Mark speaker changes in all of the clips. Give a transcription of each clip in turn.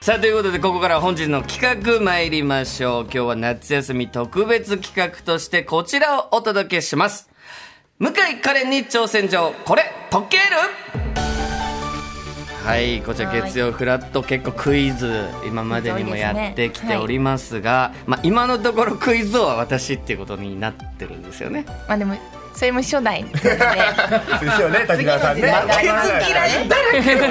Speaker 1: さあということでここからは本日の企画参りましょう今日は夏休み特別企画としてこちらをお届けします向井カレンに挑戦状これ解けるはいこちら月曜フラット結構クイズ今までにもやってきておりますがまあ、今のところクイズ王は私っていうことになってるんですよね
Speaker 2: まあでもそれも初代なので
Speaker 3: ですよね、滝川さんね。
Speaker 2: 負けず嫌いだらけ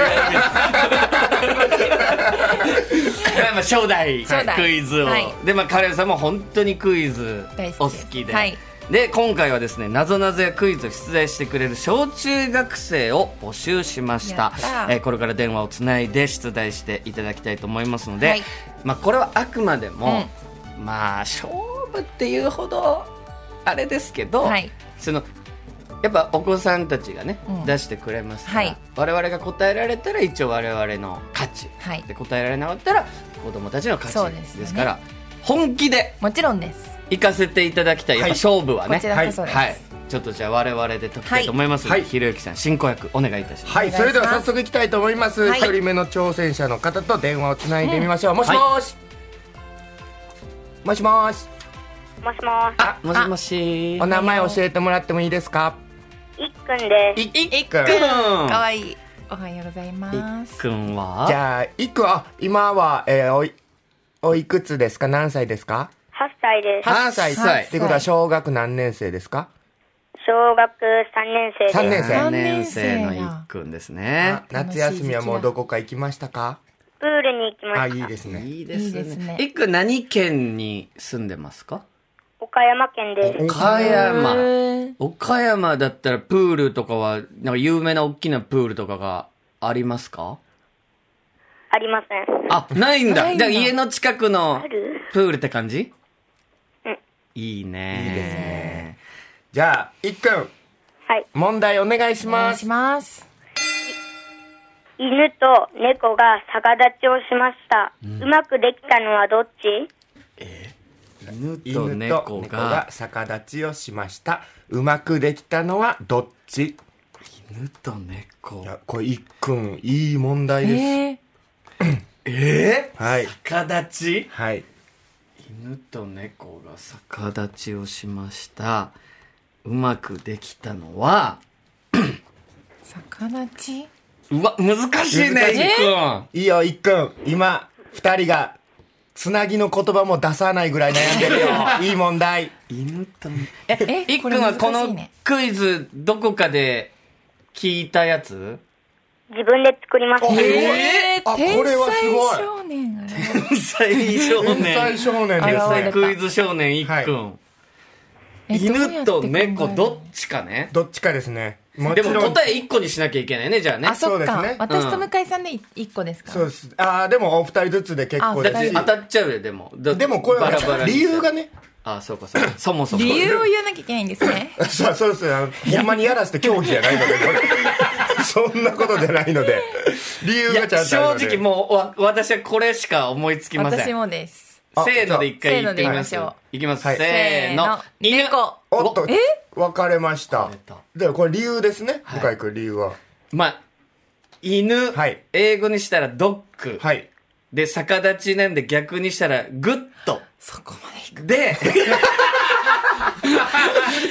Speaker 1: まあ初代
Speaker 2: 初代
Speaker 1: クイズを、
Speaker 2: はい
Speaker 1: でまあカレンさんも本当にクイズ
Speaker 2: 大
Speaker 1: お好
Speaker 2: 好きです
Speaker 1: きで、
Speaker 2: はい
Speaker 1: で今回はですねなぞなぞやクイズを出題してくれる小中学生を募集しました
Speaker 2: やった
Speaker 1: えーこれから電話をつないで出題していただきたいと思いますので、
Speaker 2: はい
Speaker 1: まあこれはあくまでも、まあ勝負っていうほどあれですけど、
Speaker 2: はい
Speaker 1: そのやっぱお子さんたちがね、
Speaker 2: うん
Speaker 1: 出してくれますから、
Speaker 2: はい
Speaker 1: 我々が答えられたら一応我々の価値、
Speaker 2: はい
Speaker 1: で答えられなかったら子供たちの価
Speaker 2: そう
Speaker 1: 値
Speaker 2: ですよね
Speaker 1: ですから本気で
Speaker 2: もちろんです
Speaker 1: 行かせていただきたい、やっぱ勝負はね
Speaker 2: こちらこそです、
Speaker 1: はい、ちょっとじゃあ我々で解きたいと思いますので、
Speaker 3: はい
Speaker 1: ひろゆきさん進行役お願いいたします、
Speaker 3: はい、それでは
Speaker 2: お願いしま
Speaker 3: 早
Speaker 2: す
Speaker 3: 速いきたいと思います。
Speaker 2: はい
Speaker 3: 一人目の挑戦者の方と電話をつないでみましょう。もしもし。もしもし。
Speaker 4: もしも
Speaker 1: あもしもし
Speaker 3: お名前教えてもらってもいいですか。
Speaker 4: し、いっくんです。
Speaker 1: いいっくん
Speaker 3: くん
Speaker 2: かわいいおはようございま
Speaker 1: いっ
Speaker 2: す
Speaker 1: くんは
Speaker 3: じゃあ、いくあ、今は、えーおい、おいくつですか。何歳ですか。
Speaker 4: 8歳です。
Speaker 1: 8歳
Speaker 3: 歳ってことは小学何年生ですか。
Speaker 4: 小学3年生です。
Speaker 3: 三年生
Speaker 1: 3
Speaker 2: 3
Speaker 1: 年
Speaker 2: 年
Speaker 1: 生
Speaker 2: 生
Speaker 1: の
Speaker 2: の
Speaker 1: いっ
Speaker 2: いっ
Speaker 1: くんですね
Speaker 3: あ夏休みはもうどこか行きましたか。
Speaker 4: プールに行きま
Speaker 3: あ、
Speaker 4: し
Speaker 3: い
Speaker 4: た。
Speaker 3: いですね。
Speaker 1: いいですね
Speaker 2: いいですね
Speaker 1: いっくん何県に住んでますか
Speaker 4: 岡山県です。
Speaker 1: 岡山、
Speaker 2: へ
Speaker 1: 岡山だったらプールとかはなんか有名な大きなプールとかがありますか
Speaker 4: ありません。
Speaker 1: あ、ないんだ。
Speaker 2: ない
Speaker 1: じ
Speaker 2: ん
Speaker 1: ゃ
Speaker 2: だ
Speaker 1: あ家の近くの
Speaker 4: ある
Speaker 1: プールって感じ
Speaker 4: うん
Speaker 1: いいね。
Speaker 3: いいですねじゃあ、いっくん、
Speaker 4: はい。
Speaker 3: 問題お願いし
Speaker 2: お願
Speaker 3: ま
Speaker 2: いし
Speaker 3: す。
Speaker 2: ます
Speaker 4: 犬と猫が逆立ちをしました。うまくできたのはどっち
Speaker 1: 犬と
Speaker 3: 犬と
Speaker 1: 猫
Speaker 3: 猫
Speaker 1: が
Speaker 3: が、逆立ちをしましたうまくできたのはどっち
Speaker 1: 犬と猫
Speaker 3: い。やこれいっくんいい問題です、
Speaker 2: えー
Speaker 1: え
Speaker 3: はい
Speaker 1: 逆立ち
Speaker 3: はい
Speaker 1: 犬と猫が逆立ちをしました。うまくできたのは、
Speaker 2: 逆立ち
Speaker 1: うわ、難しい
Speaker 3: 難
Speaker 1: ね、
Speaker 3: しい
Speaker 1: いっくん。
Speaker 3: いいよいっくん今二人がつなぎの言葉も出さないぐらい悩ん でるよいい問題
Speaker 1: 犬と
Speaker 2: え
Speaker 1: いっく
Speaker 2: こ
Speaker 1: ん
Speaker 2: れ
Speaker 1: は
Speaker 2: 難し
Speaker 1: こ
Speaker 2: い
Speaker 1: の
Speaker 2: ね
Speaker 1: クイズ、どこかで聞いたやつ
Speaker 4: 自分で作りました。
Speaker 3: え
Speaker 2: えー
Speaker 3: あこれはすごい
Speaker 2: 天才少
Speaker 1: 最少
Speaker 2: 年が
Speaker 3: 天才
Speaker 1: 年。
Speaker 3: 少年
Speaker 2: あ
Speaker 3: で
Speaker 2: ら
Speaker 3: す
Speaker 2: われ
Speaker 3: ね
Speaker 2: た
Speaker 1: クイズ少年いっくん。
Speaker 2: えどうやって
Speaker 1: 犬と猫
Speaker 2: 考えるの
Speaker 1: どっちかね
Speaker 3: どっちかですねも
Speaker 1: でも答
Speaker 3: え
Speaker 1: え1個にしなきゃいけないねじゃあね
Speaker 2: あそっ
Speaker 3: そ
Speaker 2: か
Speaker 3: うですね
Speaker 2: 私と向井さんでい一個ですか
Speaker 3: そうですああでもお二人ずつで結構
Speaker 2: あ
Speaker 1: だ
Speaker 3: で
Speaker 1: っ
Speaker 3: す
Speaker 1: て
Speaker 3: し
Speaker 1: 当たっちゃうよでもだ
Speaker 3: でもこれ
Speaker 1: バ
Speaker 3: は
Speaker 1: ラバラに
Speaker 3: 理由がね
Speaker 1: あそうかそうかそもそも
Speaker 2: 理由を言わなきゃいけないんですね
Speaker 3: そうそうですあのほんまにやらせて競技じゃないのでこれそんなことじゃないので 理由
Speaker 1: い
Speaker 3: が
Speaker 1: や
Speaker 3: ちゃんと
Speaker 1: 正
Speaker 3: あるので
Speaker 1: 直もうわ私はこれしか思いつきません
Speaker 2: 私もです
Speaker 3: あ
Speaker 1: せーので一回
Speaker 2: じゃ
Speaker 1: 言
Speaker 2: あ
Speaker 1: ってみます
Speaker 2: せーの
Speaker 1: いきます、
Speaker 3: はい
Speaker 1: せーの
Speaker 2: せーの
Speaker 1: 犬
Speaker 2: 猫
Speaker 3: おっと
Speaker 2: え
Speaker 3: 分かれました
Speaker 1: 分かれた
Speaker 3: でこれ理由ですね、
Speaker 1: はい
Speaker 3: 向井君理由は
Speaker 1: まあ犬、
Speaker 3: はい
Speaker 1: 英語にしたらドッグ、
Speaker 3: はい
Speaker 1: で逆立ちなんで逆にしたらグッド
Speaker 2: そこまでいく
Speaker 1: で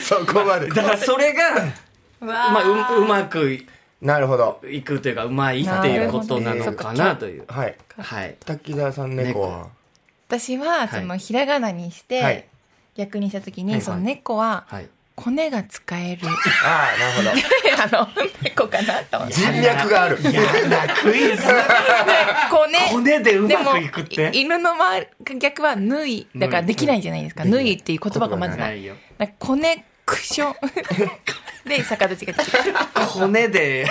Speaker 3: そこまで
Speaker 1: だからそれが
Speaker 2: う
Speaker 1: ま
Speaker 2: わ
Speaker 1: あううまくい
Speaker 3: なるほど
Speaker 1: いくというかうまいっていうことなのかなという
Speaker 3: はい
Speaker 1: はい
Speaker 3: 滝沢さん猫は
Speaker 2: 私はそのひらがなにし
Speaker 3: はい
Speaker 2: て逆にしたとき
Speaker 1: はいは
Speaker 2: に
Speaker 1: い
Speaker 2: その猫は
Speaker 1: はい
Speaker 2: コネが使える
Speaker 3: ああなるほ ど
Speaker 2: あの猫かなと思って
Speaker 3: 人脈がある
Speaker 1: クイズ
Speaker 2: コネ
Speaker 1: 骨でう
Speaker 2: で
Speaker 1: ま
Speaker 2: も
Speaker 1: くいくって
Speaker 2: い犬の周り逆は縫いだからできないじゃないですか
Speaker 3: 縫い
Speaker 2: 縫いっていう言葉がまずな
Speaker 1: ないいよ
Speaker 2: だからコネクショ ンで逆立ちができる
Speaker 1: 骨で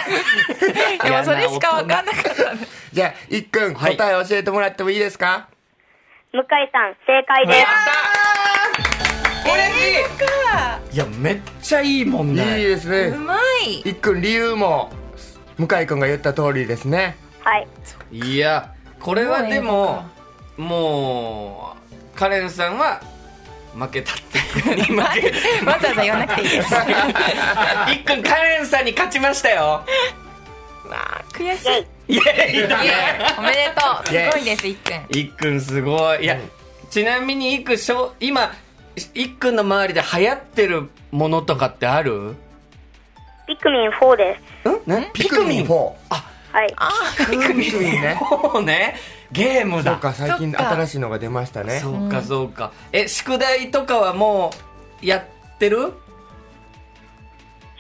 Speaker 2: でもそれしかわかんなかったんです
Speaker 3: じゃあいっくん
Speaker 1: はい
Speaker 3: 答え教えてもらってもいいですか、
Speaker 4: 向井さん、正解です。
Speaker 1: いやめっちゃいい問
Speaker 3: いい
Speaker 1: 題
Speaker 3: です
Speaker 2: う
Speaker 3: ね
Speaker 2: まい
Speaker 3: いっくん理由も向井君が言った通りですね
Speaker 4: はい。
Speaker 1: いやこれはでももうカレンさんは負けたっていう負け
Speaker 2: わざわざ言わなくていいで す
Speaker 1: いっくんカレンさんに勝ちましたよ
Speaker 2: わあ悔し
Speaker 4: イ
Speaker 2: い
Speaker 4: ェイ。
Speaker 1: いやいや
Speaker 2: イエーイおめでとう
Speaker 3: イエーイ
Speaker 2: すごいですいっくん
Speaker 1: いっくんすごいいや、ちなみにいっくんしょ今いっくんの周りで流行ってるものとかってあるん
Speaker 4: ピクミン4です。
Speaker 1: ね
Speaker 3: ピクミン4。
Speaker 4: はい。
Speaker 3: ピクミンね。
Speaker 1: もうねゲーム
Speaker 3: そ
Speaker 1: だ
Speaker 3: うか、最近新しいのが出ましたね。
Speaker 1: そうかそうかえ宿題とかはもうやってる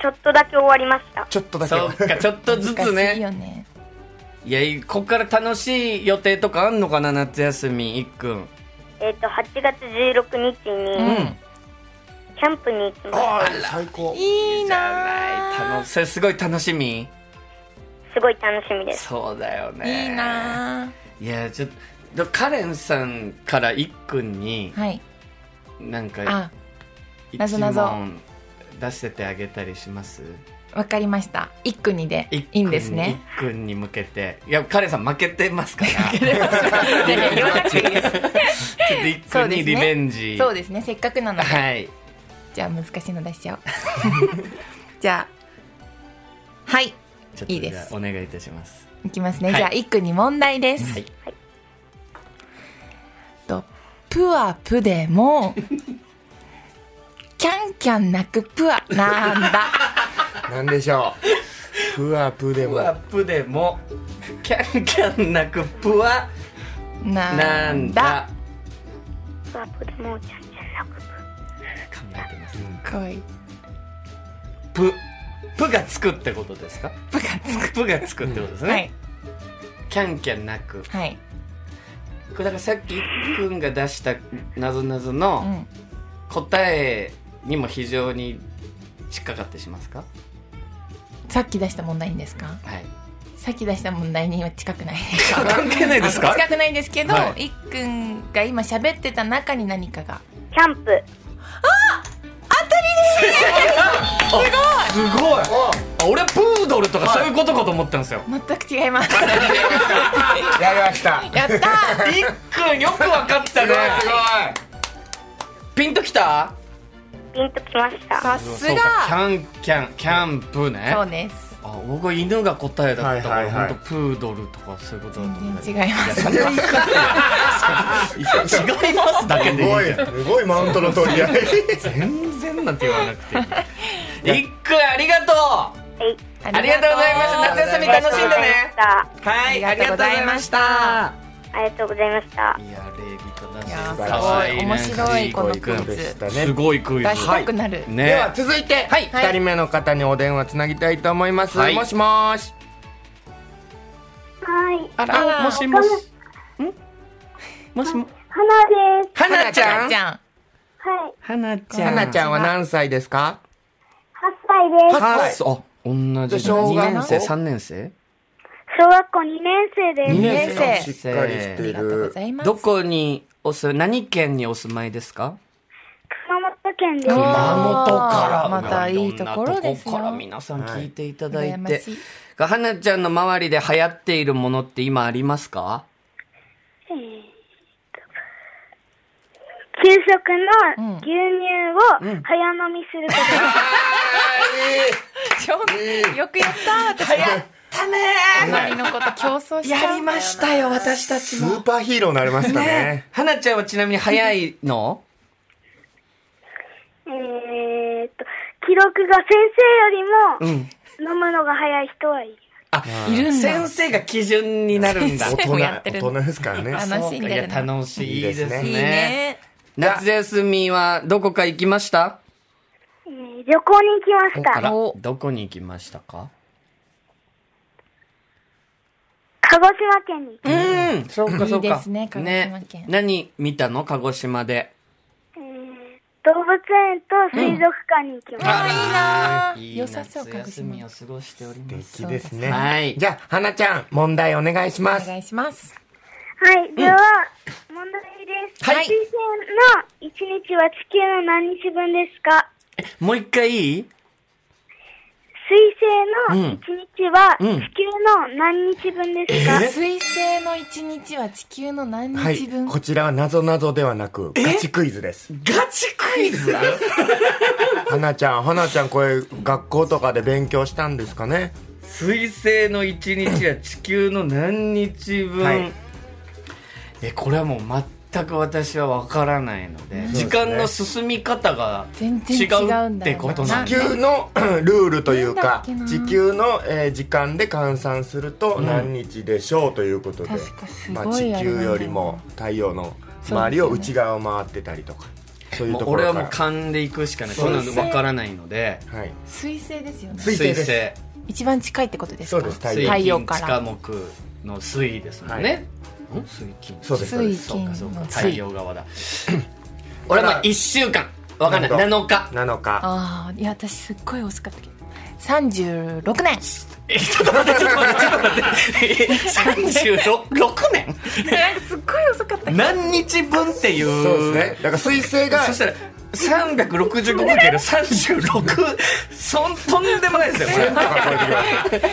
Speaker 4: ちょっとだけ終わりました。
Speaker 3: ちょっとだけ。
Speaker 1: そうかちょっとずつ
Speaker 2: 難しい
Speaker 1: ね
Speaker 2: よね
Speaker 1: いやこっから楽しい予定とかあんのかな夏休みいっくん
Speaker 4: えっ、と、8月16日に、キャンプに行きます。
Speaker 3: あー最高。
Speaker 2: いいな
Speaker 1: 楽それすごい楽しみ
Speaker 4: すごい楽しみです。
Speaker 1: そうだよ
Speaker 2: ー
Speaker 1: ね
Speaker 2: いいない
Speaker 1: やちょっとカレンさんからいっくんに
Speaker 2: ーはい
Speaker 1: なんか
Speaker 2: あ謎々
Speaker 1: 一問出しててあげたりします
Speaker 2: わかりました一句にで
Speaker 1: い
Speaker 2: い
Speaker 1: っく
Speaker 2: いんですね
Speaker 1: いっくんに向けていやカレンさん負けてます から
Speaker 2: いやいや言わなくていいです
Speaker 1: ちょっといっく
Speaker 2: そうんで
Speaker 1: に
Speaker 2: す
Speaker 1: リ
Speaker 2: ね
Speaker 1: ベンジ、
Speaker 2: そうですねせっかくなので
Speaker 1: はい
Speaker 2: じゃあ難しいの出しちゃおう じゃあはい
Speaker 1: ちょっと
Speaker 2: いいです
Speaker 1: じゃあお願いいたします
Speaker 2: いきますね、
Speaker 1: はい
Speaker 2: じゃあ一句に問題です、
Speaker 1: はい
Speaker 2: とプアプ でもキャンキャン泣くプアなんだ
Speaker 3: なんでしょう。ふわぷで
Speaker 1: プ
Speaker 3: も。
Speaker 1: ワプでもキャンキャン泣くプワ
Speaker 2: な
Speaker 1: なん
Speaker 2: んだ
Speaker 1: だ
Speaker 4: ふわぷでもうちゃんちゃんなく。
Speaker 1: 考えてます
Speaker 2: かわいい
Speaker 1: ププがつくってことですかプがつくプがつくってことですね、
Speaker 2: はい
Speaker 1: キャンキャン泣くこ
Speaker 2: はい
Speaker 1: れだからさっきいっくんが出したなぞなぞ
Speaker 2: う
Speaker 1: の
Speaker 2: ん
Speaker 1: 答えにも非常に近かかってしますか
Speaker 2: さっき出した問題にですか
Speaker 1: はい
Speaker 2: さっき出した問題には近くない
Speaker 1: 関係ないですか
Speaker 2: 近くないですけど、、
Speaker 1: はい
Speaker 2: っくんが今喋ってた中に何かが
Speaker 4: キャンプ。
Speaker 1: すごいあ俺プードルとかそういうことかと思ったんですよ、
Speaker 2: 全く違います
Speaker 3: やりました。
Speaker 2: やったー
Speaker 1: いっくんよくわかったねピンときた
Speaker 4: ピンときました。
Speaker 2: さす
Speaker 1: そうかキャ
Speaker 2: が
Speaker 1: ンキャンキャンプね
Speaker 2: そうです
Speaker 1: あ僕は犬が答えだったか
Speaker 3: はい
Speaker 1: ら
Speaker 3: はい
Speaker 1: 本
Speaker 3: はい
Speaker 1: 当プードルとかそういうことだと思う
Speaker 2: 全然違います
Speaker 1: そんな言い方いや違いますだけ
Speaker 3: す
Speaker 1: でいい
Speaker 3: ごい
Speaker 1: じゃん、
Speaker 3: すごいマウントの取り合い。
Speaker 1: 全然なんて言わなくていいいっくんありがとう
Speaker 4: はい。
Speaker 2: あ
Speaker 1: ありがとうございました夏休み楽しんでね
Speaker 4: あ
Speaker 1: はいあ
Speaker 2: あ
Speaker 1: り
Speaker 2: り
Speaker 1: がとうござ
Speaker 2: がとうござ
Speaker 1: い
Speaker 2: い
Speaker 1: ま
Speaker 2: ま
Speaker 1: し
Speaker 2: したた
Speaker 4: りがとうございました。
Speaker 1: いや礼儀正
Speaker 2: い
Speaker 1: しい
Speaker 2: やーすごい
Speaker 1: 可愛ね
Speaker 2: 面白いこの
Speaker 1: いくん
Speaker 2: クイズ
Speaker 1: すごいクイズ
Speaker 2: 出したくなる、
Speaker 1: ね
Speaker 3: では続いて、
Speaker 1: はい
Speaker 3: 二人目の方にお電話つなぎたいと思います。
Speaker 1: はい
Speaker 3: もしもーし。
Speaker 4: はい。
Speaker 1: あ
Speaker 2: あら
Speaker 1: もしもしんもしも
Speaker 4: 花です。
Speaker 1: はなちゃん
Speaker 2: ちゃん
Speaker 4: はい。
Speaker 1: はなち
Speaker 3: はなちゃんは何歳ですか？
Speaker 4: 8歳で
Speaker 3: は
Speaker 1: は
Speaker 3: は
Speaker 1: い、
Speaker 3: い
Speaker 1: あ、同じ
Speaker 3: じゃあ
Speaker 1: だ。
Speaker 3: 小
Speaker 1: 二
Speaker 3: 学
Speaker 1: 年生、
Speaker 3: 校
Speaker 1: 三年生。
Speaker 4: 小学校2年生です。
Speaker 3: 二
Speaker 2: 年生
Speaker 3: しっかりし
Speaker 2: あ
Speaker 3: て
Speaker 2: りがとうご
Speaker 3: る。
Speaker 2: ざいます
Speaker 1: どこにお住、何県にお住まいですか。
Speaker 4: 熊本県です。
Speaker 2: 熊
Speaker 4: は
Speaker 2: 本から
Speaker 1: ま
Speaker 2: ま
Speaker 1: た
Speaker 2: た
Speaker 1: い
Speaker 2: い
Speaker 1: い
Speaker 2: い
Speaker 1: と
Speaker 2: と
Speaker 1: こ
Speaker 2: こ
Speaker 1: ろ
Speaker 2: ろ
Speaker 1: で
Speaker 2: ですす
Speaker 1: よ。こ
Speaker 2: よ
Speaker 1: ろから皆さん聞いていただい
Speaker 2: 羨ま
Speaker 1: て
Speaker 2: しい。
Speaker 1: がはなちゃんの周りで流行っているものって今ありますか。
Speaker 4: 給食の牛乳を早飲みすることです。
Speaker 2: ちょよくやった私やったね隣の子と競争しちゃう
Speaker 1: したよ、私たち
Speaker 3: スー。パーヒーローになりましたね。
Speaker 1: はなちゃんはちなみに早いの。
Speaker 4: えーっと、記録が先生より
Speaker 1: ん
Speaker 4: も飲むのが早い人はいる。
Speaker 1: あ、
Speaker 2: いるんだ
Speaker 1: 先生が基準になるんだ。
Speaker 3: 大
Speaker 2: 先
Speaker 3: 人
Speaker 2: もやってる
Speaker 3: 大人ですからね。
Speaker 2: あ楽しんでる
Speaker 1: いや
Speaker 2: な
Speaker 1: 楽しい
Speaker 3: いいですね
Speaker 1: です
Speaker 2: いい
Speaker 1: ね。
Speaker 2: ね
Speaker 1: 夏休みはどこか行きました。
Speaker 4: えー旅行に行きまし
Speaker 1: あら
Speaker 4: た。
Speaker 2: お
Speaker 1: どこに行きましたか
Speaker 4: 鹿児島県に。
Speaker 1: うんそうかそうか
Speaker 2: いいですね鹿児島県
Speaker 1: ね何見たの鹿児島で
Speaker 4: えー動物園と水族館に行きました。
Speaker 2: あいいなー
Speaker 1: いい
Speaker 2: 良さそう
Speaker 1: 夏
Speaker 2: 鹿児
Speaker 1: 休みを
Speaker 2: 島
Speaker 1: 過ごしておりま
Speaker 3: 素
Speaker 1: す
Speaker 3: 敵ですね。
Speaker 1: はい
Speaker 3: じゃあはなちゃん問題お願いしま
Speaker 2: お
Speaker 3: す。
Speaker 2: 願いします
Speaker 4: はい、では、問題です。
Speaker 1: はい
Speaker 4: 水星の一日は地球の何日分ですか
Speaker 1: もう一回いい
Speaker 4: 水星の一日は地球の何日分ですか、
Speaker 2: 水星の一日は地球の何
Speaker 3: は
Speaker 2: 日
Speaker 3: い
Speaker 2: 分、
Speaker 3: こちらは謎謎ではなくガチクイズです。
Speaker 1: ガチクイズ
Speaker 3: はなちゃんはなちゃんこれ学校とかで勉強したんですかね？
Speaker 1: 水星の1日や地球の何日分、
Speaker 3: はい
Speaker 1: えこれはもう全く私は分からないので
Speaker 3: です
Speaker 1: 時
Speaker 3: ね
Speaker 1: 間の進み方が
Speaker 2: 全然
Speaker 1: 違
Speaker 2: 違う
Speaker 1: うんっ
Speaker 2: だ
Speaker 1: て
Speaker 2: よな
Speaker 1: ことなん
Speaker 3: 地
Speaker 1: だ
Speaker 3: 球の ルールという
Speaker 2: なんだ
Speaker 3: か
Speaker 2: っけな
Speaker 3: 地球の、えー時間で換算すると何日でしょうということで、
Speaker 2: 確かす
Speaker 3: ま
Speaker 2: ごい
Speaker 3: あ、地球よりも太陽の周りを
Speaker 2: そうです
Speaker 3: 内側を回ってたりとかそういう
Speaker 1: もう
Speaker 3: とこ
Speaker 1: 俺
Speaker 3: ろ
Speaker 1: は
Speaker 3: か
Speaker 1: もう
Speaker 3: ら
Speaker 1: 勘でいくしかない
Speaker 3: そ
Speaker 1: そうう
Speaker 3: で
Speaker 1: な
Speaker 3: す
Speaker 1: の分からないので
Speaker 3: はい、
Speaker 2: 水星ですよね
Speaker 3: 水星です
Speaker 1: 水
Speaker 2: 一番近いってことです
Speaker 3: そ
Speaker 2: か
Speaker 3: うです太
Speaker 1: 水
Speaker 3: 陽
Speaker 2: はい
Speaker 1: 金
Speaker 2: 陽
Speaker 1: 地
Speaker 2: か
Speaker 1: 下
Speaker 2: ら
Speaker 1: 木の水ですもんね、ん水金
Speaker 3: そうですそうで
Speaker 2: 水
Speaker 3: す
Speaker 1: そうかそう
Speaker 2: 金
Speaker 1: か
Speaker 2: の
Speaker 1: 太
Speaker 2: 水
Speaker 1: 陽側だ俺はまあ1週間分かんない
Speaker 3: なる
Speaker 1: 7日
Speaker 3: 7日
Speaker 2: ああいや私すっごい遅かったけど36年
Speaker 1: えちょっと待ってちょっと待ってちょっと待って え36年
Speaker 2: すっごい遅かった
Speaker 1: 何日分っていう
Speaker 3: そうですねだから水星が
Speaker 1: そしたら365かける36そんとんでもないですよ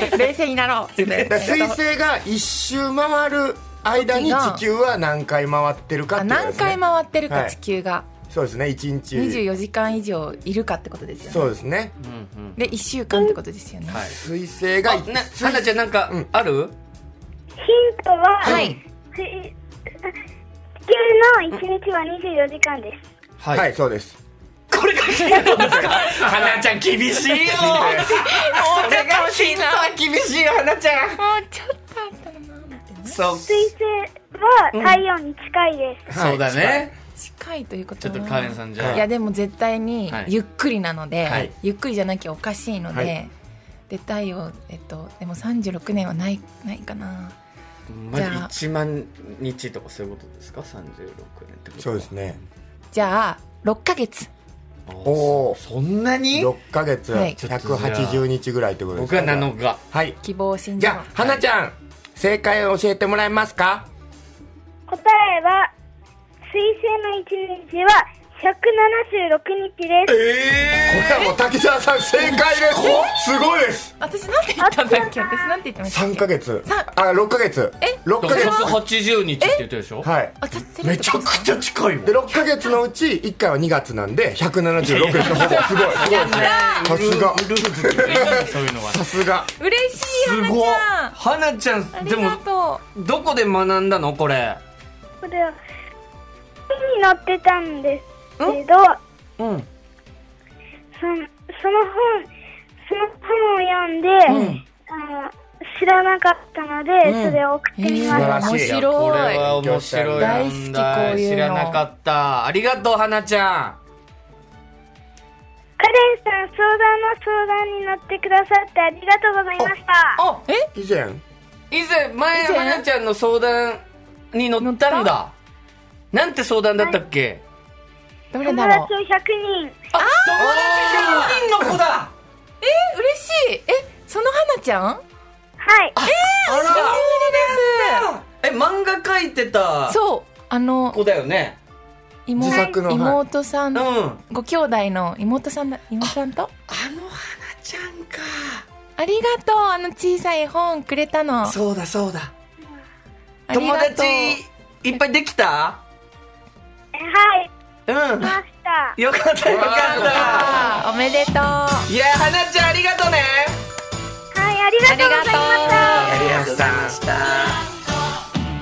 Speaker 1: これ
Speaker 2: 冷静になろう
Speaker 3: だから水星が一周回る間
Speaker 2: 時
Speaker 3: に
Speaker 2: が
Speaker 3: 地球は何回回ってるかっ
Speaker 2: あ
Speaker 3: ていうこと
Speaker 2: 何
Speaker 3: ですね
Speaker 2: 回回ってるか、
Speaker 3: はい
Speaker 2: 地球が
Speaker 3: そうですね一日
Speaker 2: 24時間以上いるかってことですよね
Speaker 3: そうですね
Speaker 2: で1週間ってことですよね、
Speaker 1: はい
Speaker 3: 水星が
Speaker 1: あな花ちゃんなんかある
Speaker 4: ヒントは、
Speaker 2: はい
Speaker 4: 地球の1日は24時間です。
Speaker 1: は
Speaker 3: はいそうです
Speaker 1: これがヒントですか花ちゃん厳しいよ
Speaker 2: もうちょっと欲し
Speaker 1: ヒ
Speaker 2: い
Speaker 1: ン
Speaker 2: な
Speaker 1: トは厳しいよ花ちゃん
Speaker 2: もうちょっとあったらなみたいな
Speaker 1: そう
Speaker 4: 水星は太陽に近いです。
Speaker 1: そうだね
Speaker 2: 近いというこ
Speaker 1: ち
Speaker 2: と
Speaker 1: ょ
Speaker 2: は
Speaker 1: っとカレンさんじ
Speaker 3: はい
Speaker 1: ゃ
Speaker 2: や
Speaker 1: あ
Speaker 2: でも絶対に
Speaker 1: はい
Speaker 2: ゆっくりなので、
Speaker 1: はい
Speaker 2: ゆっくりじゃなきゃおかしいので、
Speaker 3: はい
Speaker 2: で太陽えっとでも36年はないないかな
Speaker 1: まず
Speaker 2: じゃあ
Speaker 1: 1万日とかそういうことですか36年ってこと
Speaker 3: そうですね
Speaker 2: じゃあ6ヶ月
Speaker 1: あー
Speaker 3: おー
Speaker 1: そんなに
Speaker 3: 6ヶ月
Speaker 2: はい
Speaker 3: 180日ぐらいってことです
Speaker 1: 僕
Speaker 3: ね
Speaker 1: は7日
Speaker 3: はい
Speaker 2: 希望信
Speaker 3: じ
Speaker 2: じ
Speaker 3: ゃ
Speaker 2: ろ
Speaker 3: あ花ちゃん、正解を教えてもらえますか
Speaker 4: 答えは、水星の1日は176日です。
Speaker 1: え
Speaker 3: これはもう滝沢さん正解ですすごいです
Speaker 2: 私なんて言ったんだっけ私なんて言ってましたっ
Speaker 3: 3
Speaker 2: け
Speaker 3: ヶ月
Speaker 2: さ
Speaker 3: あ6ヶ月
Speaker 2: え
Speaker 3: 6ヶ月
Speaker 1: 180日って言ってるでしょ
Speaker 3: はい
Speaker 2: 私テレ
Speaker 1: め
Speaker 2: ビ
Speaker 1: ち
Speaker 2: と
Speaker 1: ゃ
Speaker 2: か
Speaker 1: くちゃ近いわ
Speaker 3: で6ヶ月のうち1回は2月なんで176ですほぼすごいすごいですねさすが
Speaker 1: ルルーズって言うんだそういうのは
Speaker 3: さすが
Speaker 2: 嬉しい
Speaker 1: す
Speaker 2: 花
Speaker 1: ご
Speaker 2: ち
Speaker 1: っ
Speaker 2: ゃん
Speaker 1: 花ちゃ
Speaker 2: あ
Speaker 1: ん
Speaker 2: り
Speaker 1: でも
Speaker 2: がと
Speaker 1: どこで学んだのこれ
Speaker 4: これは、本に載ってたんですけど、
Speaker 1: うん
Speaker 4: そのその本、その本を読んで、あの知らなかったので、それを送って
Speaker 2: う、
Speaker 4: み
Speaker 2: え
Speaker 4: ました。
Speaker 3: ら
Speaker 2: ー、
Speaker 3: しい
Speaker 1: こ
Speaker 2: 面白
Speaker 1: れ
Speaker 2: い
Speaker 1: は面白い
Speaker 2: 大好きこういうの
Speaker 1: 知らなかったありがとう花ちゃ
Speaker 4: カレンさん、相談の相談に乗ってくださってありがとうございました。
Speaker 2: あえ
Speaker 3: 以前
Speaker 1: ん以前前
Speaker 2: 以前
Speaker 1: 花ちゃんの相談に乗ったんだなんて相談だったっけ
Speaker 2: どれ
Speaker 4: 友
Speaker 2: だろう
Speaker 4: 達を100人。
Speaker 1: 友達100人の子だ
Speaker 2: え嬉しいえその花ちゃん
Speaker 4: はい。
Speaker 1: あ
Speaker 2: 久しぶり
Speaker 1: え漫画描いて
Speaker 2: で
Speaker 1: た
Speaker 2: すそうあの
Speaker 1: 子だよね
Speaker 2: 妹
Speaker 3: 自作のはい
Speaker 2: 妹さ
Speaker 1: うんんあの
Speaker 2: ご兄弟の妹さんだ妹さんと
Speaker 1: 花ちゃんか
Speaker 2: ありがとうあの小さい本くれたの
Speaker 1: そうだそうだ
Speaker 2: あり
Speaker 1: 友
Speaker 2: がと
Speaker 1: 達
Speaker 2: う
Speaker 1: いっぱいできた
Speaker 4: はい。
Speaker 1: うん
Speaker 4: ました。
Speaker 1: よかったよかった
Speaker 2: あおめでとうあ
Speaker 1: いや花ちゃんありがとうね
Speaker 4: はい、ありがとう
Speaker 2: りが
Speaker 4: ございました。
Speaker 2: とう
Speaker 1: ありがとうございました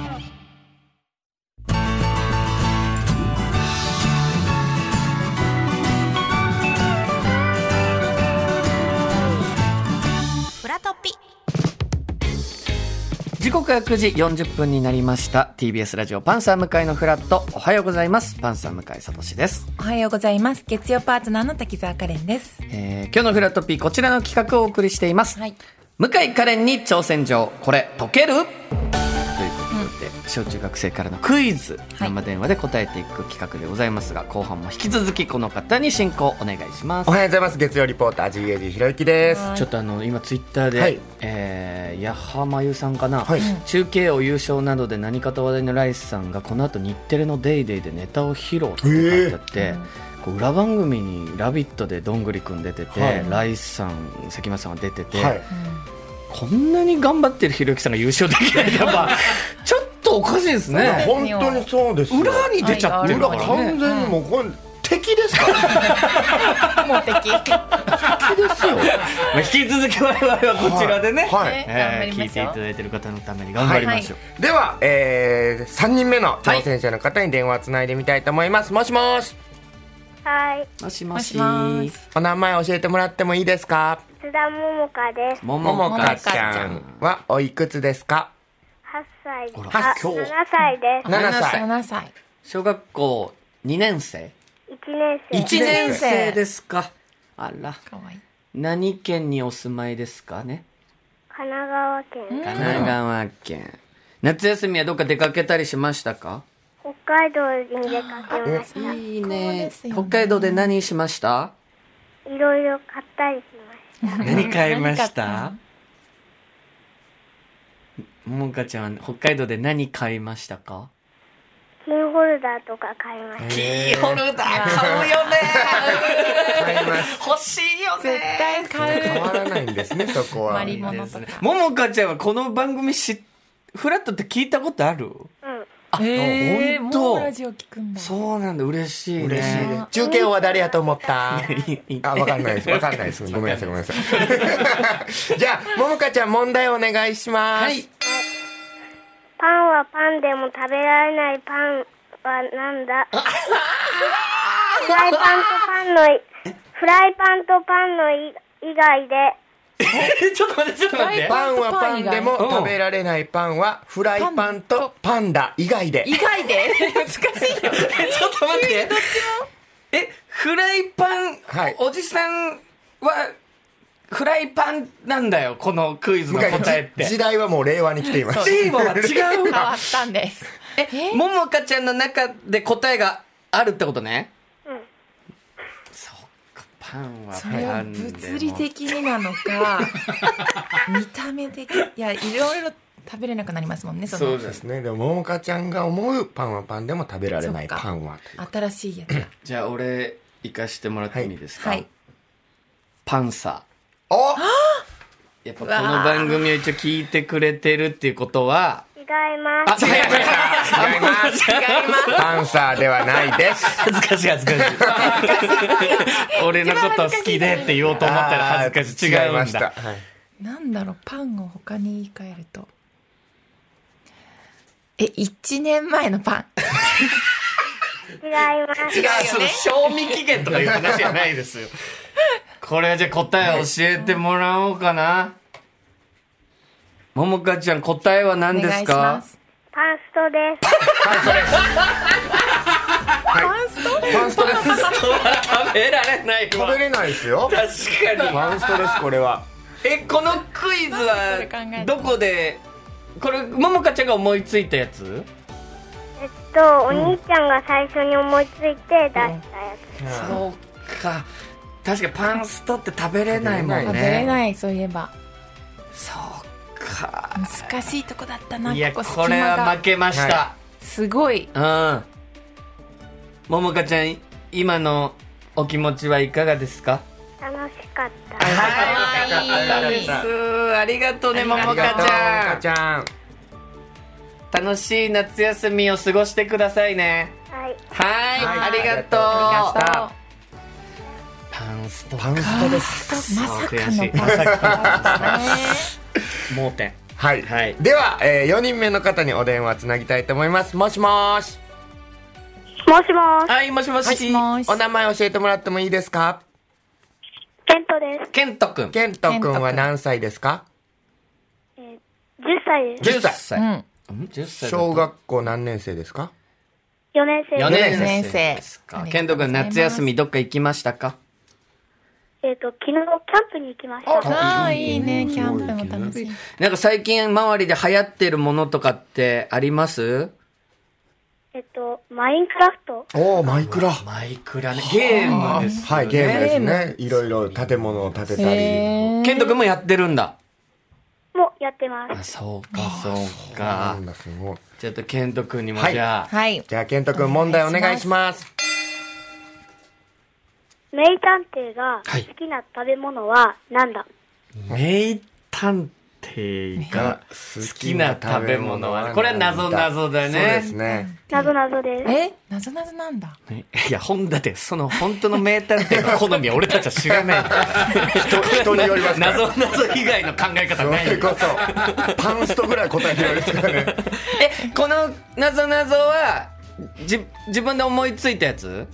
Speaker 1: 時刻は9時40分になりました TBS ラジオパンサー向井のフラットおはようございますパンサー向井聡です、
Speaker 2: おはようございます月曜パートナーの滝沢カレンです
Speaker 1: えー、今日のフラットピーこちらの企画をお送りしています、
Speaker 2: はい
Speaker 1: 向井カレンに挑戦状これ解けるということで、小中学生からのクイズ
Speaker 2: はい
Speaker 1: 生電話で答えていく企画でございますが、後半も引き続きこの方に進行お願いします
Speaker 3: おはようございます月曜リポーター GAG ひろゆきです
Speaker 1: ちょっとあの今ツイッターで、
Speaker 3: はい
Speaker 1: えー、矢浜真由さんかな、
Speaker 3: はい
Speaker 1: 中継を優勝などで何かと話題のライスさんがこの後日テレの『DayDay』でネタを披露って書いてあって、こう裏番組に「ラビット!」でどんぐりくん出てて、
Speaker 3: はい
Speaker 1: ライスさん関町さんが出てて、
Speaker 3: はい
Speaker 1: こんなに頑張ってるひろゆきさんが優勝できないってやっ ぱちょっとおかしいです
Speaker 3: いや
Speaker 1: ね
Speaker 3: 本当にそうですよ
Speaker 1: 裏に出ちゃってる
Speaker 3: 裏
Speaker 1: から
Speaker 3: 完
Speaker 1: ね
Speaker 3: 全にもうこれ敵敵ですか
Speaker 2: もう敵。
Speaker 3: 敵です よ。
Speaker 1: まあ引き続き我々はこちらでね、
Speaker 3: はい
Speaker 2: ね
Speaker 1: えー
Speaker 2: 頑張り
Speaker 1: 聞
Speaker 2: ま
Speaker 1: い
Speaker 2: し
Speaker 1: て
Speaker 2: ょ
Speaker 1: いうただいてる方のために頑張りましょう。
Speaker 3: では、えー、3人目の挑戦者の方に電話つないでみたいと思います。もしもし。
Speaker 4: はい、
Speaker 1: もしもし。
Speaker 2: もしもし
Speaker 3: お名前教えてもらってもいいですか
Speaker 4: 津田桃香です。
Speaker 1: も
Speaker 3: もも
Speaker 1: も
Speaker 3: か
Speaker 1: か
Speaker 3: ち
Speaker 1: ち
Speaker 3: ゃ
Speaker 1: ゃ
Speaker 3: ん
Speaker 1: ん。
Speaker 3: はおいくつですか
Speaker 4: 8歳です。
Speaker 1: ほら
Speaker 4: あ、
Speaker 3: 今日
Speaker 4: 7歳です。
Speaker 3: 7歳。
Speaker 2: 7歳。
Speaker 1: 小学校2年生
Speaker 4: 1年生。
Speaker 3: 一
Speaker 1: 1
Speaker 2: 年生
Speaker 1: 年生ですか。あら。
Speaker 2: かわいい。
Speaker 1: 何県にお住まいですかね
Speaker 4: 神奈川県。
Speaker 1: 神奈川県。夏休みはどっか出かけたりしましたか
Speaker 4: 北海道に出かけました。
Speaker 1: いい
Speaker 2: ね
Speaker 1: ね
Speaker 2: ですよね
Speaker 1: 北海道で何しました
Speaker 4: いろいろ買ったりしました。
Speaker 1: 何買いまし
Speaker 2: 何買った
Speaker 1: たももかちゃんは北海道で何買いましたか
Speaker 4: キーホルダーとか買いました。
Speaker 1: キーホルダー買うよね
Speaker 3: 買います。
Speaker 1: 欲しいよ
Speaker 2: 絶対買
Speaker 3: 変
Speaker 2: う。
Speaker 3: わらないんですね、そこは
Speaker 2: マ。リモ
Speaker 1: で
Speaker 2: 物と
Speaker 1: すね
Speaker 2: か。
Speaker 1: ももかちゃんはこの番組しフラットって聞いたことある
Speaker 4: うん。
Speaker 1: あ
Speaker 2: えー、
Speaker 1: 本
Speaker 2: もうラ
Speaker 1: 当
Speaker 2: ジオ聞くんだ。
Speaker 1: そうなんだ嬉しいね
Speaker 3: 嬉しいです。中継は誰やと思った
Speaker 1: いい
Speaker 3: あ、わかんないです。わかんないです。ごめんなさい、ごめんなさい。 じゃあ、ももかちゃん問題お願いします。
Speaker 1: はい
Speaker 4: パンはパンでも食べられないパンはなんだフライパンとパンのい、フライパンとパンのい以外で、
Speaker 1: え ちょっと待ってちょっと待って
Speaker 3: パンはパンでも食べられないパンはフライパンとパンダ以外で
Speaker 2: 以外で難しいよ。
Speaker 1: えちょっと待ってえフライパン、
Speaker 3: はい
Speaker 1: おじさんはフライパンなんだよこのクイズの
Speaker 3: 向井
Speaker 1: 答えって
Speaker 3: じ時代はもう令和に来ています
Speaker 1: 令和は違う
Speaker 2: 変
Speaker 1: わ
Speaker 2: わったんです。
Speaker 1: えももかちゃんの中で答えがあるってことね
Speaker 4: うん。
Speaker 1: そっかパンは
Speaker 2: それ
Speaker 1: パ
Speaker 2: は
Speaker 1: ンでも
Speaker 2: 物理的になの か、見た目的。いや、いろいろ食べれなくなりますもんね、そ
Speaker 1: そう
Speaker 2: の
Speaker 3: そう
Speaker 1: で
Speaker 3: ですすねでもももかちゃんが思うパンはパンでも食べられないパンはという
Speaker 2: 新しいやつが。
Speaker 1: じゃあ俺行かしてもらってもいいですか、
Speaker 2: はい。
Speaker 1: パンサ
Speaker 3: お
Speaker 1: ーやっぱこの番組を一応聞いてくれてるっていうことは
Speaker 4: 違います。
Speaker 1: 違い
Speaker 3: 違いますパンサーではないです
Speaker 1: 恥ずかしい恥ずかしい俺のこと好きでって言おうと思ったら恥ずかしい違
Speaker 3: あー
Speaker 1: うんだ
Speaker 3: ましたはい
Speaker 2: なんだろう、パンを他に言い換えると。え、1年前のパン。
Speaker 4: 違います。
Speaker 1: 違う、その賞味期限とかいう話じゃないです よ。これじゃあ答え教えてもらおうかな。ももかちゃん答えは
Speaker 2: お
Speaker 1: 何で
Speaker 2: 願
Speaker 1: す
Speaker 2: いし
Speaker 1: か
Speaker 2: ます。
Speaker 4: パンストです。
Speaker 2: パンスト
Speaker 3: パンストです
Speaker 1: 食べられない
Speaker 3: 食べれないですよ
Speaker 1: 確かに。
Speaker 3: パンストですこれは
Speaker 1: え、このクイズ
Speaker 2: なんでこれ考えた
Speaker 1: は
Speaker 2: の
Speaker 1: どこで、これ、ももかちゃんが思いついたやつ
Speaker 4: えっと、お兄ちゃんが最初に思いついて出したやつ。
Speaker 1: そうか。確かにパンストって食べれないもんね。
Speaker 2: 食べれない、そういえば。
Speaker 1: そうか。
Speaker 2: 難しいとこだったな、
Speaker 1: いや、
Speaker 2: ここ隙
Speaker 1: これ
Speaker 2: 間
Speaker 1: は
Speaker 2: が
Speaker 1: 負。けました。
Speaker 3: は
Speaker 2: すごい。
Speaker 1: うん。ももかちゃん、今のお気持ちはいかがですか
Speaker 4: 楽しかった。
Speaker 1: はいす。ありがとうね、もも
Speaker 3: あ
Speaker 1: か
Speaker 3: りがとうももか
Speaker 1: ち
Speaker 3: ちゃん
Speaker 1: ゃん。楽しい夏休みを過ごしてくださいね。
Speaker 4: はい。
Speaker 1: はい、
Speaker 3: はい
Speaker 1: ありがと
Speaker 2: あり
Speaker 1: う。
Speaker 2: がとう
Speaker 3: あ。
Speaker 1: パンスト
Speaker 3: パンストです
Speaker 2: まさかのパン
Speaker 1: まさか
Speaker 2: ス
Speaker 1: の盲点。
Speaker 3: はい、
Speaker 1: はい
Speaker 3: では、えー、4人目の方にお電話つなぎたいと思いますもしもーし
Speaker 4: もしもし、
Speaker 1: はい、もしも
Speaker 2: も
Speaker 1: し
Speaker 2: し。もし
Speaker 3: お名前教えてもらってもいいですか
Speaker 4: ケントです。
Speaker 1: ケントくん。
Speaker 3: ケントくんは何歳ですか
Speaker 4: えー、10歳で
Speaker 1: 10
Speaker 4: す。
Speaker 3: 10
Speaker 1: 歳。
Speaker 3: 歳
Speaker 2: うん。
Speaker 1: うん10歳だと。
Speaker 3: 小学校何年生ですか
Speaker 4: 4年生
Speaker 1: 4
Speaker 4: です。
Speaker 1: 年
Speaker 2: 年
Speaker 1: 生
Speaker 2: 生
Speaker 1: です
Speaker 2: あ
Speaker 1: か。
Speaker 2: りがとうございます
Speaker 1: ケントくん、夏休みどっか行きましたか
Speaker 4: えっ、と、昨日キャンプに行きました。
Speaker 2: ああ、いいね。キャンプも楽しい。
Speaker 1: なんか最近周りで流行ってるものとかってあります
Speaker 4: えっ、と、マインクラフト。
Speaker 3: おおマイクラ
Speaker 1: マイクラね。ゲームです、ね。
Speaker 3: はいゲームですねいろいろ建物を建てたり、
Speaker 2: へ
Speaker 1: ケント君もやってるんだ。
Speaker 4: もやってます。
Speaker 1: そうか、そう
Speaker 3: な
Speaker 1: か
Speaker 3: ん。だすごい
Speaker 1: ちょっとケント君にも
Speaker 3: はい
Speaker 1: じゃあ、
Speaker 2: はい。
Speaker 3: じゃあケントくん問題お願いします
Speaker 4: 名探偵が
Speaker 1: はい
Speaker 4: 好きな食べ物はなんだ、
Speaker 1: 名探
Speaker 3: ていが好
Speaker 1: きな食べ物はこれは謎々だね
Speaker 3: そうですね。
Speaker 4: なぞなぞです。
Speaker 2: えなぞなぞなんだ。
Speaker 1: ねいや、本だって、その本当の名探偵の好みは俺たちは知らないんだよ
Speaker 3: 人人によりますから。
Speaker 1: 謎謎以外の考え方
Speaker 3: そ
Speaker 1: ない
Speaker 3: れ
Speaker 1: よ。
Speaker 3: こそ、パンストぐらい答えられますから ね。
Speaker 1: え、この謎謎は、じ、自分で思いついたやつ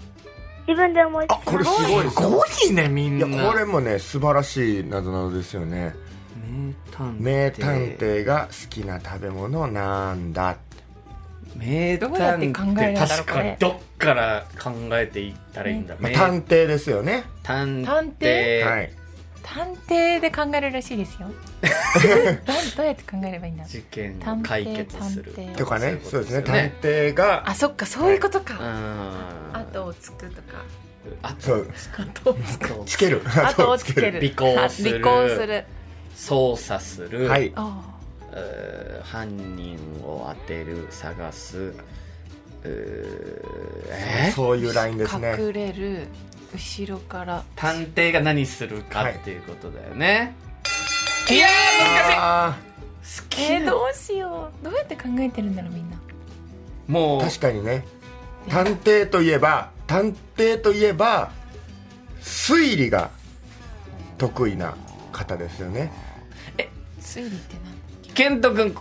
Speaker 4: 自分で思いつい
Speaker 3: あ、これすごいですよ。
Speaker 1: いね、みん
Speaker 3: いや、これもね、素晴らしい謎々ですよね。
Speaker 1: 名探偵。
Speaker 3: 名探。偵が好きな食べ物なんだ
Speaker 1: 名
Speaker 2: どうやって
Speaker 1: 探
Speaker 2: 考
Speaker 1: 偵。
Speaker 2: えるんだろう
Speaker 1: 確か
Speaker 2: こ
Speaker 1: に
Speaker 2: れ、
Speaker 1: どっから考えていったらいいんだ。
Speaker 3: まあ、
Speaker 1: 名
Speaker 3: 探偵ですよね、
Speaker 1: 探
Speaker 2: 探
Speaker 1: 偵。
Speaker 2: 偵
Speaker 3: はい
Speaker 2: 探偵で考えるらし いですよ。どどうやって考えればいいんだろう
Speaker 1: 事件を解決する
Speaker 2: 探偵探偵
Speaker 3: とかねそうですね
Speaker 1: よ
Speaker 3: 探偵が
Speaker 2: あ、そっか、そういうことか。
Speaker 1: うん。
Speaker 2: 後をつくと か。
Speaker 1: あ
Speaker 3: そ
Speaker 1: と、
Speaker 3: う
Speaker 2: 後をつく。
Speaker 3: つける
Speaker 2: 後 をつける。
Speaker 1: 尾行する
Speaker 2: あ尾行する。
Speaker 1: 操作する。
Speaker 3: はい
Speaker 2: あ
Speaker 1: えー犯人を当てる探すえーえ
Speaker 3: そういうラインです
Speaker 2: あ。
Speaker 3: ね
Speaker 2: 隠れる。後ろから。
Speaker 1: 探偵が何するか
Speaker 3: はい
Speaker 1: っていうことだよね、い、や
Speaker 3: あ
Speaker 1: ー好き
Speaker 2: えー、どうしよう。どうやって考えてるんだろう、みんな。
Speaker 1: も
Speaker 3: ー
Speaker 1: う
Speaker 3: 確かにね探偵といえば探偵といえば推理が得意な方ですよね
Speaker 2: 推理ってな
Speaker 1: 健
Speaker 2: んだ
Speaker 1: 人君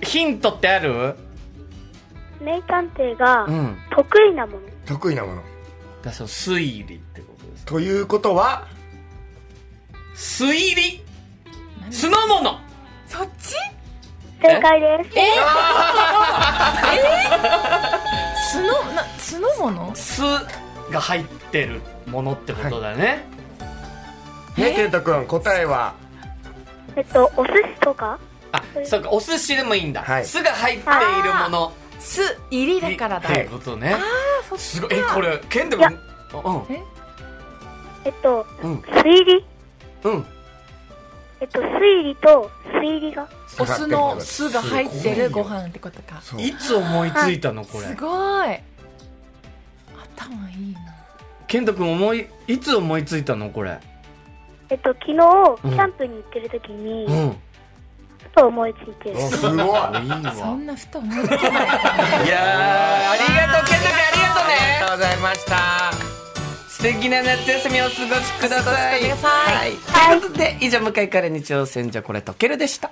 Speaker 1: ヒントってある
Speaker 4: 名探偵が
Speaker 1: ん
Speaker 4: 得意なもの。
Speaker 3: 得意なもの
Speaker 1: だからその推理ってことで
Speaker 3: ということは
Speaker 1: す推理
Speaker 2: なんだ
Speaker 1: 酢の物
Speaker 2: そっち
Speaker 4: 正解です。
Speaker 2: 酢の、な、酢のもの
Speaker 1: 酢が入ってるものってことだね、
Speaker 3: ね健人君答えは
Speaker 4: えっと、お寿司とか
Speaker 1: あそうかお寿司でもいいんだ、
Speaker 3: はい
Speaker 1: 酢が入っているもの
Speaker 2: 酢入りだからだ。
Speaker 1: っていうことね、
Speaker 2: あ、そっ
Speaker 1: す
Speaker 2: ち
Speaker 1: ご
Speaker 2: か
Speaker 1: いえこれ健人
Speaker 4: いや
Speaker 1: 君うん
Speaker 2: え
Speaker 4: えっと、
Speaker 1: うん
Speaker 4: 推理
Speaker 1: うん
Speaker 4: えっと、推理と推理が。
Speaker 2: お酢の酢が入ってるご飯ってことか。
Speaker 3: そう
Speaker 1: いつ思いついたのこ
Speaker 2: す
Speaker 1: れ
Speaker 2: ごい。頭いいな。
Speaker 1: 健人君思いいつ思いついたのこれ
Speaker 4: えっと、昨日、キャンプに行ってる時に、
Speaker 1: うん
Speaker 4: ふと思いついて、
Speaker 3: すごいあ
Speaker 1: いい
Speaker 2: そ
Speaker 1: わ
Speaker 2: んなふと思い
Speaker 1: いやーありがと
Speaker 2: つかない。
Speaker 1: う健人君ありがとう
Speaker 3: りが
Speaker 1: ね
Speaker 3: とうございました
Speaker 1: 素敵な夏休みをお過ごしください
Speaker 2: お過ごしくださ
Speaker 1: はいということで以上向井から日曜戦じゃこれ解けるでした